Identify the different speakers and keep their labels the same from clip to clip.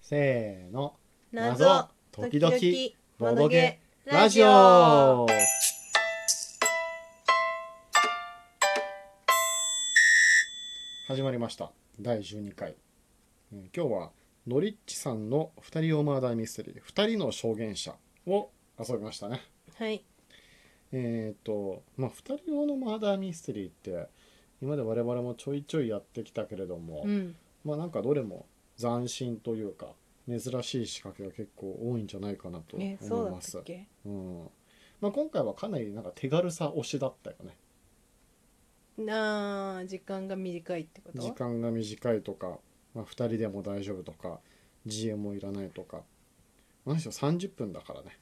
Speaker 1: せーの
Speaker 2: 謎
Speaker 1: 時々
Speaker 2: 々
Speaker 1: ボドゲラ
Speaker 2: ラ
Speaker 1: ジ
Speaker 2: ジ
Speaker 1: オ
Speaker 2: オ
Speaker 1: 始まりました第12回、うん今日はノリッチさんの「二人をマーダーミステリー二人の証言者」を遊びましたね
Speaker 2: はい
Speaker 1: えっ、とまあ二人用のマーダーミステリーって今まで我々もちょいちょいやってきたけれども、
Speaker 2: うん
Speaker 1: まあなんかどれも斬新というか珍しい仕掛けが結構多いんじゃないかなと思い
Speaker 2: えそうだ
Speaker 1: ま
Speaker 2: った
Speaker 1: す
Speaker 2: っ。け
Speaker 1: うんまあ、今回はかなりなんか手軽さ推しだったよね
Speaker 2: なあ時間が短いってこと
Speaker 1: 時間が短いとか、まあ、2人でも大丈夫とか GM もいらないとか何しろ30分だからね、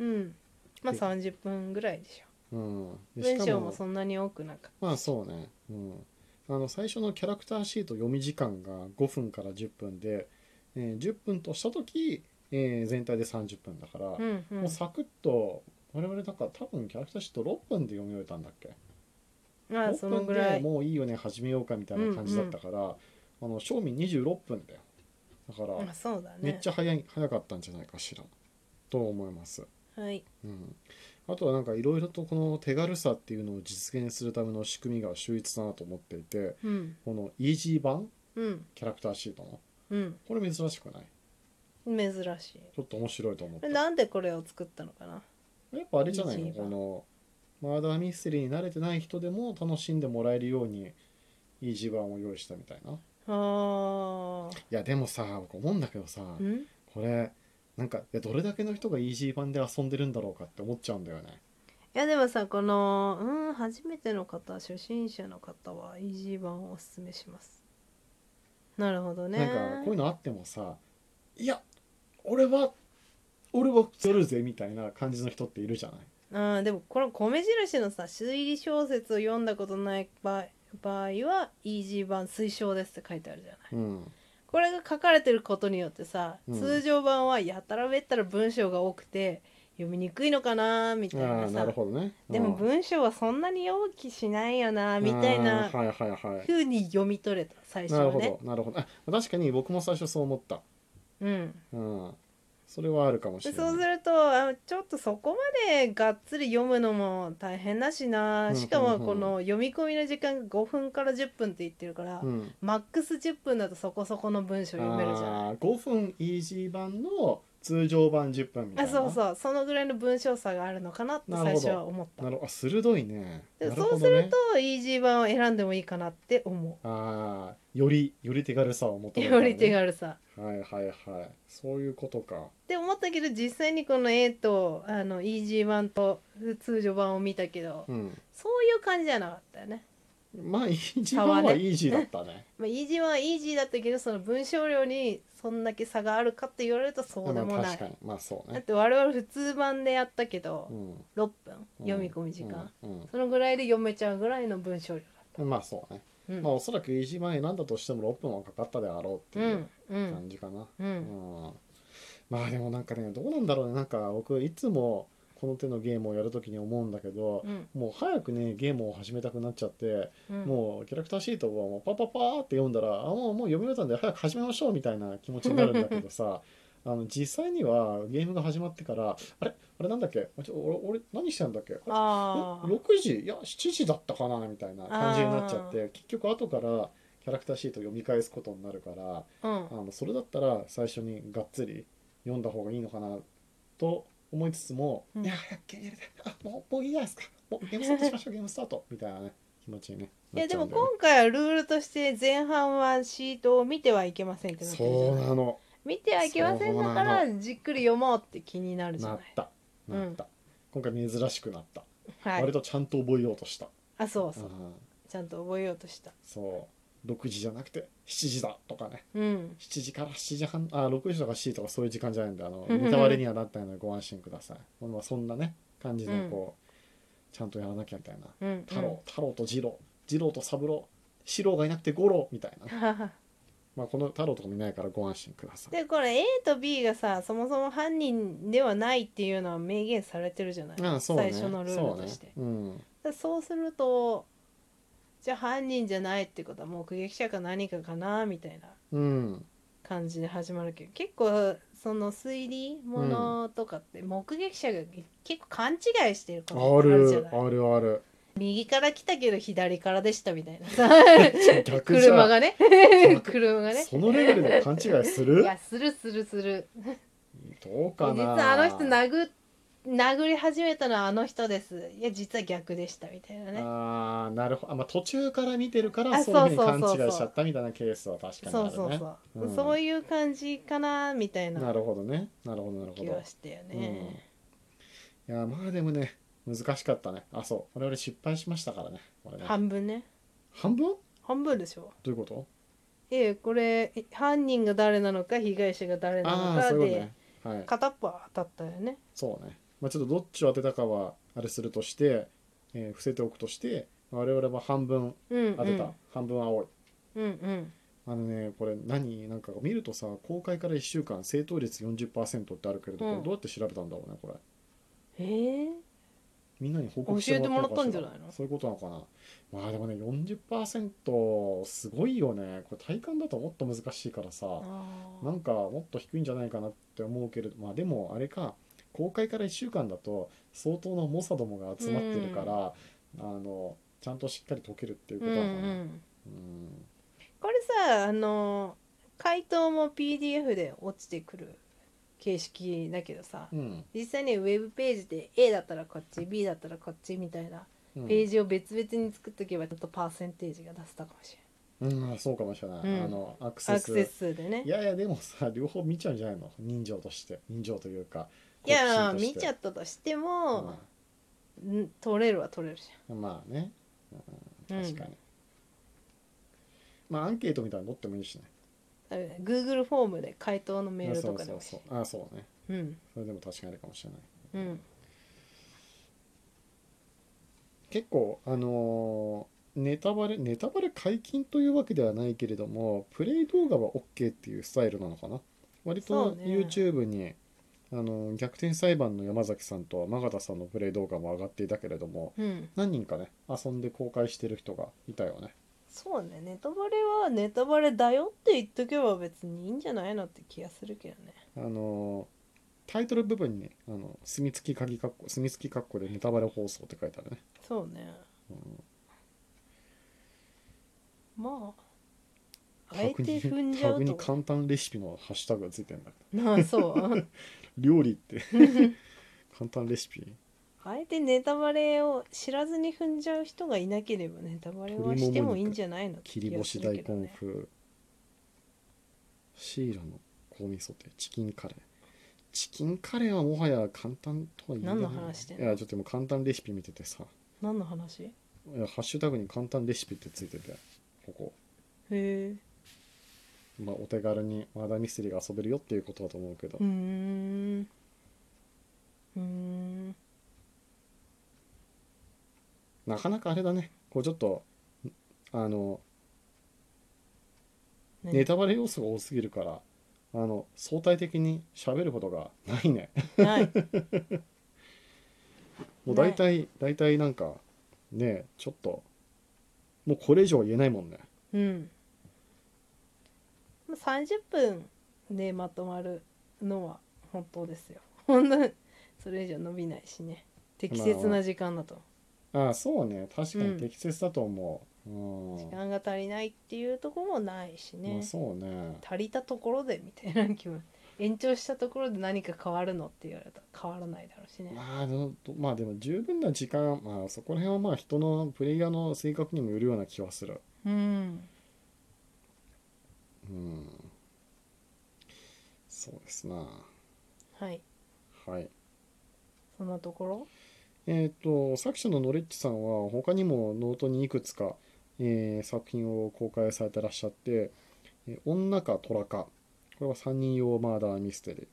Speaker 2: うんまあ
Speaker 1: で
Speaker 2: 30分ぐらいでし
Speaker 1: うん、
Speaker 2: ょ
Speaker 1: で
Speaker 2: 文
Speaker 1: しか
Speaker 2: 章
Speaker 1: も
Speaker 2: もそんなに多くなかっ
Speaker 1: まあそうね、うん、あの最初のキャラクターシート読み時間が5分から10分で、えー10分とした時、えー全体で30分だから、
Speaker 2: たうんうん
Speaker 1: もうサクッと我々だから多分キャラクターシート6分で読み終えたんだっけ
Speaker 2: まあそのぐら
Speaker 1: オープン
Speaker 2: い
Speaker 1: でもういいよね始めようかみたいな感じだったから、あの賞味26分だよだから、
Speaker 2: まあそうだね
Speaker 1: めっちゃ早い早かったんじゃないかしらと思います、
Speaker 2: はい
Speaker 1: うん、あとはなんかいろいろとこの手軽さっていうのを実現するための仕組みが秀逸だなと思っていて
Speaker 2: うん
Speaker 1: このイージー版
Speaker 2: うん
Speaker 1: キャラクターシートの
Speaker 2: うん
Speaker 1: これ珍しくない
Speaker 2: 珍しい
Speaker 1: ちょっと面白いと思っ
Speaker 2: こ
Speaker 1: た
Speaker 2: れなんでこれを作ったのかな
Speaker 1: やっぱあれじゃないの
Speaker 2: EG
Speaker 1: こ
Speaker 2: 版
Speaker 1: のマーダーミステリーに慣れてない人でも楽しんでもらえるようにイージー版を用意したみたいな
Speaker 2: あ
Speaker 1: いやでもさ僕思うんだけどさ、
Speaker 2: ーうん
Speaker 1: これなんかいやどれだけの人がイージー版で遊んでるんだろうかって思っちゃうんだよね
Speaker 2: いやでもさこのうん初めての方初心者の方はイージー版をおすすめしますなるほどね
Speaker 1: なんかこういうのあってもさいや俺は俺はやるぜみたいな感じの人っているじゃない
Speaker 2: あーでもこの米印のさ推理小説を読んだことない場合場合はイージー版推奨ですって書いてあるじゃない
Speaker 1: うん
Speaker 2: これが書かれてることによってさ、
Speaker 1: うん
Speaker 2: 通常版はやたらめったら文章が多くて読みにくいのかなーみ
Speaker 1: あ
Speaker 2: たいな
Speaker 1: ー
Speaker 2: さ
Speaker 1: なるほどね
Speaker 2: でも
Speaker 1: うん
Speaker 2: 文章はそんなに容器しないよなーみたいな
Speaker 1: あーはいはいはい
Speaker 2: 風に読み取れた最初
Speaker 1: なる
Speaker 2: は
Speaker 1: ほ
Speaker 2: ね
Speaker 1: どなるほどあ確かに僕も最初そう思った
Speaker 2: うん
Speaker 1: うんそれはあるかもし
Speaker 2: で
Speaker 1: れない
Speaker 2: そうするとあちょっとそこまでがっつり読むのも大変だしな、
Speaker 1: うん
Speaker 2: しか
Speaker 1: うんう
Speaker 2: も
Speaker 1: ん
Speaker 2: この読み込みの時間が5分から10分って言ってるから、
Speaker 1: うん、
Speaker 2: マックス10分だとそこそこの文章読めるじゃんあ
Speaker 1: あー5分イージー版の通常版10分みたいな
Speaker 2: そうそうそのぐらいの文章差があるのかなって最初は思った
Speaker 1: なるほどあ鋭いね
Speaker 2: で
Speaker 1: なる
Speaker 2: そ
Speaker 1: ほ
Speaker 2: うす
Speaker 1: どね
Speaker 2: るとイージー版を選んでもいいかなって思
Speaker 1: ああよりより手軽さを求
Speaker 2: う、
Speaker 1: めた
Speaker 2: より手
Speaker 1: ね、
Speaker 2: 軽さ
Speaker 1: はいはいはいそういうことか
Speaker 2: って思ったけど実際にこの A とあのイージー版と通常版を見たけど、
Speaker 1: うん
Speaker 2: そういう感じじゃなかったよね
Speaker 1: まあイージー版はイージーだったね
Speaker 2: まあ、イージーはイージーだったけどその文章量にそんだけ差があるかって言われると そうでも
Speaker 1: まあ
Speaker 2: な
Speaker 1: 確
Speaker 2: い、
Speaker 1: かにまあそう
Speaker 2: だっ
Speaker 1: ね
Speaker 2: て我々普通版でやったけど
Speaker 1: う、ん
Speaker 2: 6分読み込み時間、
Speaker 1: うん、うん
Speaker 2: そのぐらいで読めちゃうぐらいの文章量だっ
Speaker 1: まあそうね、
Speaker 2: たうん
Speaker 1: まあおそらくイージー版選んだとしても6分はかかったであろうって
Speaker 2: う
Speaker 1: いうん
Speaker 2: うん
Speaker 1: 感じかな
Speaker 2: う
Speaker 1: うんん、まあでもなんかねどうなんだろうねなんか僕いつもこの手のゲームをやるときに思うんだけど、
Speaker 2: うん
Speaker 1: もう早くねゲームを始めたくなっちゃって、
Speaker 2: うん
Speaker 1: もうキャラクターシートをもうパッパッパーって読んだらあもうもう読み終えたんで早く始めましょうみたいな気持ちになるんだけどさ あの実際にはゲームが始まってからあれあれなんだっけあちょ俺俺何してたんだっけあ
Speaker 2: あー
Speaker 1: 6時いや7時だったかなみたいな感じになっちゃって結局後からキャラクターシートを読み返すことになるから
Speaker 2: うん
Speaker 1: あのそれだったら最初にがっつり読んだ方がいいのかなと思いつつも、
Speaker 2: うん
Speaker 1: いや早くゲームやりたいあもうもういいじゃないですかもうゲームスタートしましょうゲームスタートみたいなね気持ちにね
Speaker 2: いやで
Speaker 1: な
Speaker 2: も
Speaker 1: っちゃうんだよね
Speaker 2: 今回はルールとして前半はシートを見てはいけませんってなってるじ
Speaker 1: そ
Speaker 2: ゃ
Speaker 1: う
Speaker 2: ない
Speaker 1: なの
Speaker 2: 見てはいけませんだか
Speaker 1: そうな
Speaker 2: らじっくり読もうって気になるじゃ
Speaker 1: な
Speaker 2: な
Speaker 1: っ
Speaker 2: い
Speaker 1: たなった、今回珍しくなった、
Speaker 2: は
Speaker 1: 割
Speaker 2: い
Speaker 1: とちゃんと覚えようとした
Speaker 2: あそう
Speaker 1: う
Speaker 2: そうんちゃんと覚えようとした
Speaker 1: そう6時じゃなくて7時だとかね
Speaker 2: うん
Speaker 1: 7時から7時半あ6時とか7時とかそういう時間じゃないんであの
Speaker 2: うんうんうん
Speaker 1: ネタ割れにはなったのでご安心ください、まあ、そんなね感じのこう、ちゃんとやらなきゃみたいな
Speaker 2: うんうん
Speaker 1: 太郎太郎と次郎次郎と三郎四郎がいなくて五郎みたいなね、まあ、この太郎とかもいないからご安心ください
Speaker 2: でこれ A と B がさそもそも犯人ではないっていうのは明言されてるじゃない
Speaker 1: ああそうね
Speaker 2: 最初のルールとして
Speaker 1: そうねうん
Speaker 2: だそうするとじゃあ犯人じゃないってことは目撃者か何かかなみたいな
Speaker 1: うん
Speaker 2: 感じで始まるけど結構その推理ものとかって目撃者が結構勘違いしてること
Speaker 1: あ
Speaker 2: もあるじゃ
Speaker 1: る
Speaker 2: ない
Speaker 1: あるある
Speaker 2: 右から来たけど左からでしたみたいな さ
Speaker 1: 逆じ
Speaker 2: 車
Speaker 1: ゃ
Speaker 2: がね車がね
Speaker 1: そのレベルで勘違いす
Speaker 2: い
Speaker 1: る
Speaker 2: やするするする
Speaker 1: どうかな
Speaker 2: 実はあの人殴っ殴り始めたのはあの人ですいや実は逆でしたみたいなね
Speaker 1: あーなるほど、あまあ、途中から見てるから
Speaker 2: あ
Speaker 1: そういうふう
Speaker 2: そう
Speaker 1: に
Speaker 2: そうそ
Speaker 1: 勘違
Speaker 2: うそう
Speaker 1: いしちゃったみたいなケースは確かにある
Speaker 2: そ
Speaker 1: ね
Speaker 2: うそうそう、
Speaker 1: うん
Speaker 2: そういう感じかなみたい
Speaker 1: な
Speaker 2: な
Speaker 1: るほどねなるほどなるほ
Speaker 2: 気
Speaker 1: ど、
Speaker 2: はしたよね、
Speaker 1: うん、いやまあでもね難しかったねあそう我々失敗しましたからねこれね
Speaker 2: 半分ね
Speaker 1: 半分ど
Speaker 2: 半分でしょ
Speaker 1: ういうこと
Speaker 2: ええこれえ犯人が誰なのか被害者が誰な
Speaker 1: あ
Speaker 2: の
Speaker 1: あー
Speaker 2: か
Speaker 1: そういうこと
Speaker 2: で
Speaker 1: ねはい
Speaker 2: 片っぽは当たったよね
Speaker 1: そうね、まあ、ちょっとどっちを当てたかはあれするとして、えー伏せておくとして我々は半分
Speaker 2: うんうん
Speaker 1: 当てた、半分青い
Speaker 2: うんうん
Speaker 1: あのねこれ何なんか見るとさ公開から1週間正答率40%ってあるけれど、これ
Speaker 2: うん
Speaker 1: どうやって調べたんだろうねこれ
Speaker 2: ええ
Speaker 1: みんなに報告してもらったのかし
Speaker 2: 教えてもらったんじゃないの
Speaker 1: そういうことなのかなまあでもね40%すごいよねこれ体感だともっと難しいからさ
Speaker 2: あ
Speaker 1: なんかもっと低いんじゃないかなって思うけれどまあでもあれか公開から1週間だと相当な猛者どもが集まってるから、あのちゃんとしっかり解けるっていう
Speaker 2: ーう
Speaker 1: こと
Speaker 2: ん
Speaker 1: だ
Speaker 2: う
Speaker 1: からね、
Speaker 2: ん
Speaker 1: うん
Speaker 2: これさあの回答も PDF で落ちてくる形式だけどさ
Speaker 1: うん
Speaker 2: 実際にウェブページで A だったらこっち B だったらこっちみたいな
Speaker 1: うん
Speaker 2: ページを別々に作っとけばちょっとパーセンテージが出せたかもし
Speaker 1: うん、そうかもしれない、
Speaker 2: うん
Speaker 1: あのアク
Speaker 2: れな
Speaker 1: セス
Speaker 2: いアクセス数でね
Speaker 1: いやいやでもさ両方見ちゃうんじゃないの人情として人情というか
Speaker 2: いや見ちゃ
Speaker 1: っ
Speaker 2: ったとしても、ん取れるは取れるじ
Speaker 1: うん、まあね、うん
Speaker 2: ゃん、うん、
Speaker 1: 確かに、まあアンケートみたいなの取ってもいいしね
Speaker 2: だから Google フォームで回答のメール
Speaker 1: そ
Speaker 2: と
Speaker 1: う
Speaker 2: かで
Speaker 1: そう
Speaker 2: もいいし
Speaker 1: そうあそうね
Speaker 2: うん
Speaker 1: それでも確かにあるかもしれない
Speaker 2: うん
Speaker 1: 結構あのーネタバレネタバレ解禁というわけではないけれどもプレイ動画は OK っていうスタイルなのかな割と
Speaker 2: そうね
Speaker 1: YouTube に、あのー逆転裁判の山崎さんとマガタさんのプレイ動画も上がっていたけれども
Speaker 2: うん
Speaker 1: 何人かね遊んで公開してる人がいたよね
Speaker 2: そうねネタバレはネタバレだよって言っとけば別にいいんじゃないのって気がするけどね
Speaker 1: あのータイトル部分にあの墨付き鍵括弧墨付き括弧でネタバレ放送って書いてあるね、
Speaker 2: そうね
Speaker 1: うん
Speaker 2: まあ
Speaker 1: タ
Speaker 2: 相
Speaker 1: グ
Speaker 2: 手
Speaker 1: に
Speaker 2: 踏んじゃ
Speaker 1: タグ
Speaker 2: う
Speaker 1: に
Speaker 2: と
Speaker 1: 簡単レシピのハッシュタグがついてるんだけど
Speaker 2: なあそう
Speaker 1: 料理って 簡単レシピ
Speaker 2: あえてネタバレを知らずに踏んじゃう人がいなければネタバレはしてもいいんじゃないのって
Speaker 1: 切り
Speaker 2: 気
Speaker 1: 干
Speaker 2: がす
Speaker 1: し
Speaker 2: る
Speaker 1: 大
Speaker 2: けど
Speaker 1: 根
Speaker 2: ね
Speaker 1: 風シイラの香味ソテーチキンカレーチキンカレーはもはや簡単とは言えない
Speaker 2: 何の話してん
Speaker 1: い
Speaker 2: の
Speaker 1: やちょっと今簡単レシピ見ててさ
Speaker 2: 何の話へ
Speaker 1: いやハッシュタグに簡単レシピってついててここ、
Speaker 2: え
Speaker 1: まあ、お手軽にマーダーミステリーが遊べるよっていうことだと思うけど、
Speaker 2: うーんうーん
Speaker 1: なかなかあれだねこうちょっとあの
Speaker 2: 何
Speaker 1: ネタバレ要素が多すぎるからあの相対的に喋ることがないね
Speaker 2: ない
Speaker 1: もう大体、大体なんかねちょっともうこれ以上は言えないもんね
Speaker 2: うんまあ30分でまとまるのは本当ですよほんなそれ以上伸びないしね適切な時間だと、
Speaker 1: ああそうね確か
Speaker 2: うん
Speaker 1: に適切だと思ううん、
Speaker 2: 時間が足りないっていうところもないしね、
Speaker 1: まあそうね
Speaker 2: 足りたところでみたいな気分延長したところで何か変わるのって言われたら変わらないだろうしね
Speaker 1: まあでもまあでも十分な時間まあそこら辺はまあ人のプレイヤーの性格にもよるような気はする
Speaker 2: うん
Speaker 1: うんそうですな
Speaker 2: はい
Speaker 1: はい
Speaker 2: そんなところ
Speaker 1: えっ、と作者のノレッジさんは他にもノートにいくつか、えー作品を公開されてらっしゃって「えー女か虎か」これは3人用マーダーミステリー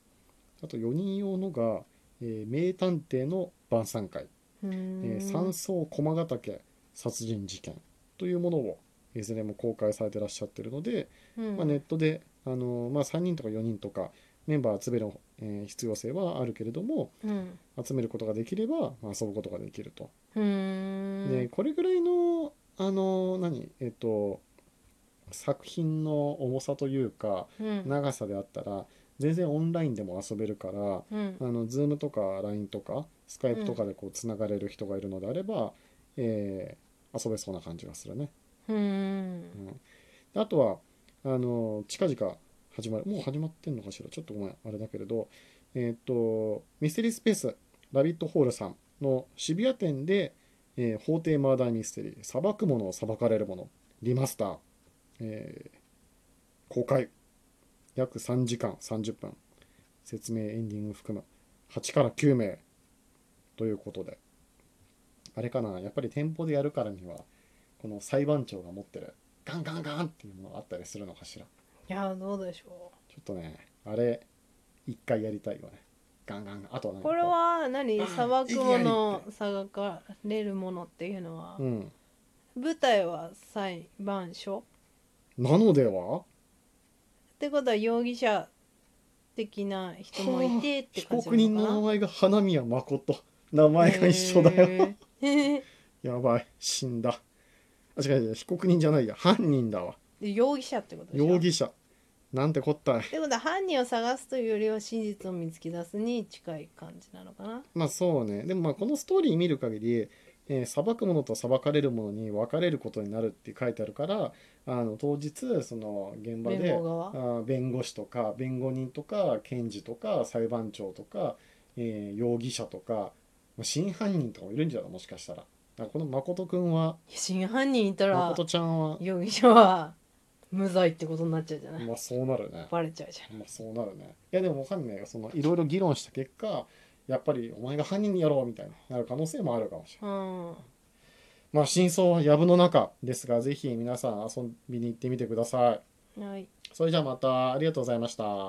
Speaker 1: あと4人用のが「えー名探偵の晩餐会」
Speaker 2: うー
Speaker 1: え
Speaker 2: ん
Speaker 1: ー山荘駒ヶ岳殺人事件」というものをいずれも公開されてらっしゃってるので、
Speaker 2: うん
Speaker 1: まあ、ネットで、あのーまあ、3人とか4人とかメンバー集める、えー必要性はあるけれども
Speaker 2: うん
Speaker 1: 集めることができれば、まあ、遊ぶことができると。
Speaker 2: うーん
Speaker 1: でこれぐらいのあの何えっと作品の重さというか
Speaker 2: うん
Speaker 1: 長さであったら全然オンラインでも遊べるから
Speaker 2: うん
Speaker 1: あの Zoom とか LINE とか Skype とかでこうつながれる人がいるのであれば、えー遊べそうな感じがするね。
Speaker 2: うん
Speaker 1: あとはあの近々始まるもう始まってんのかしらちょっとごめんあれだけれどえーっ、とミステリースペースラビットホールさんの渋谷店で、えー法廷マーダーミステリー「裁くものを裁かれるもの」リマスター、えー公開約3時間30分説明エンディング含む8から9名ということであれかなやっぱり店舗でやるからにはこの裁判長が持ってるガンガンガンっていうものがあったりするのかしらち
Speaker 2: いやどうでしょ
Speaker 1: ょっとねあれ一回やりたいよねガンガンガンあとは
Speaker 2: う
Speaker 1: 何
Speaker 2: これは何
Speaker 1: うん
Speaker 2: 裁くもの裁かれるものっていうのは
Speaker 1: うん
Speaker 2: 舞台は裁判所
Speaker 1: なのでは
Speaker 2: ってことは容疑者的な人もいてって
Speaker 1: 被
Speaker 2: 感じ
Speaker 1: 告
Speaker 2: な
Speaker 1: 人
Speaker 2: の
Speaker 1: の
Speaker 2: か
Speaker 1: 名
Speaker 2: な
Speaker 1: 前が花宮誠名前が一緒だよ
Speaker 2: よ。へー
Speaker 1: やばい死んだあ違う違う被告人じゃないや犯人だわ
Speaker 2: で容疑者ってことでしょ
Speaker 1: 容疑者なんてこったい
Speaker 2: ってことは犯人を探すというよりは真実を見つけ出すに近い感じなのかな。
Speaker 1: まあそうねでもまあこのストーリー見る限り、えー裁くものと裁かれるものに分かれることになるって書いてあるからあの当日その現場で
Speaker 2: 弁護側
Speaker 1: あー弁護士とか弁護人とか検事とか裁判長とか、えー容疑者とかまあ真犯人とかもいるんじゃないもしかしたらだからこの誠くんはい
Speaker 2: や真犯人いたら
Speaker 1: 誠ちゃんは、
Speaker 2: 容疑者は無罪ってことになっちゃうじゃない。
Speaker 1: まあ、そうなるね
Speaker 2: バレちゃうじゃん。
Speaker 1: まあそうなるねいやでもわかんないよそのいろいろ議論した結果やっぱりお前が犯人やろうみたいになる可能性もあるかもしれない
Speaker 2: うん、
Speaker 1: まあ真相は藪の中ですが、ぜひ皆さん遊びに行ってみてください。
Speaker 2: はい。
Speaker 1: それじゃあまたありがとうございました。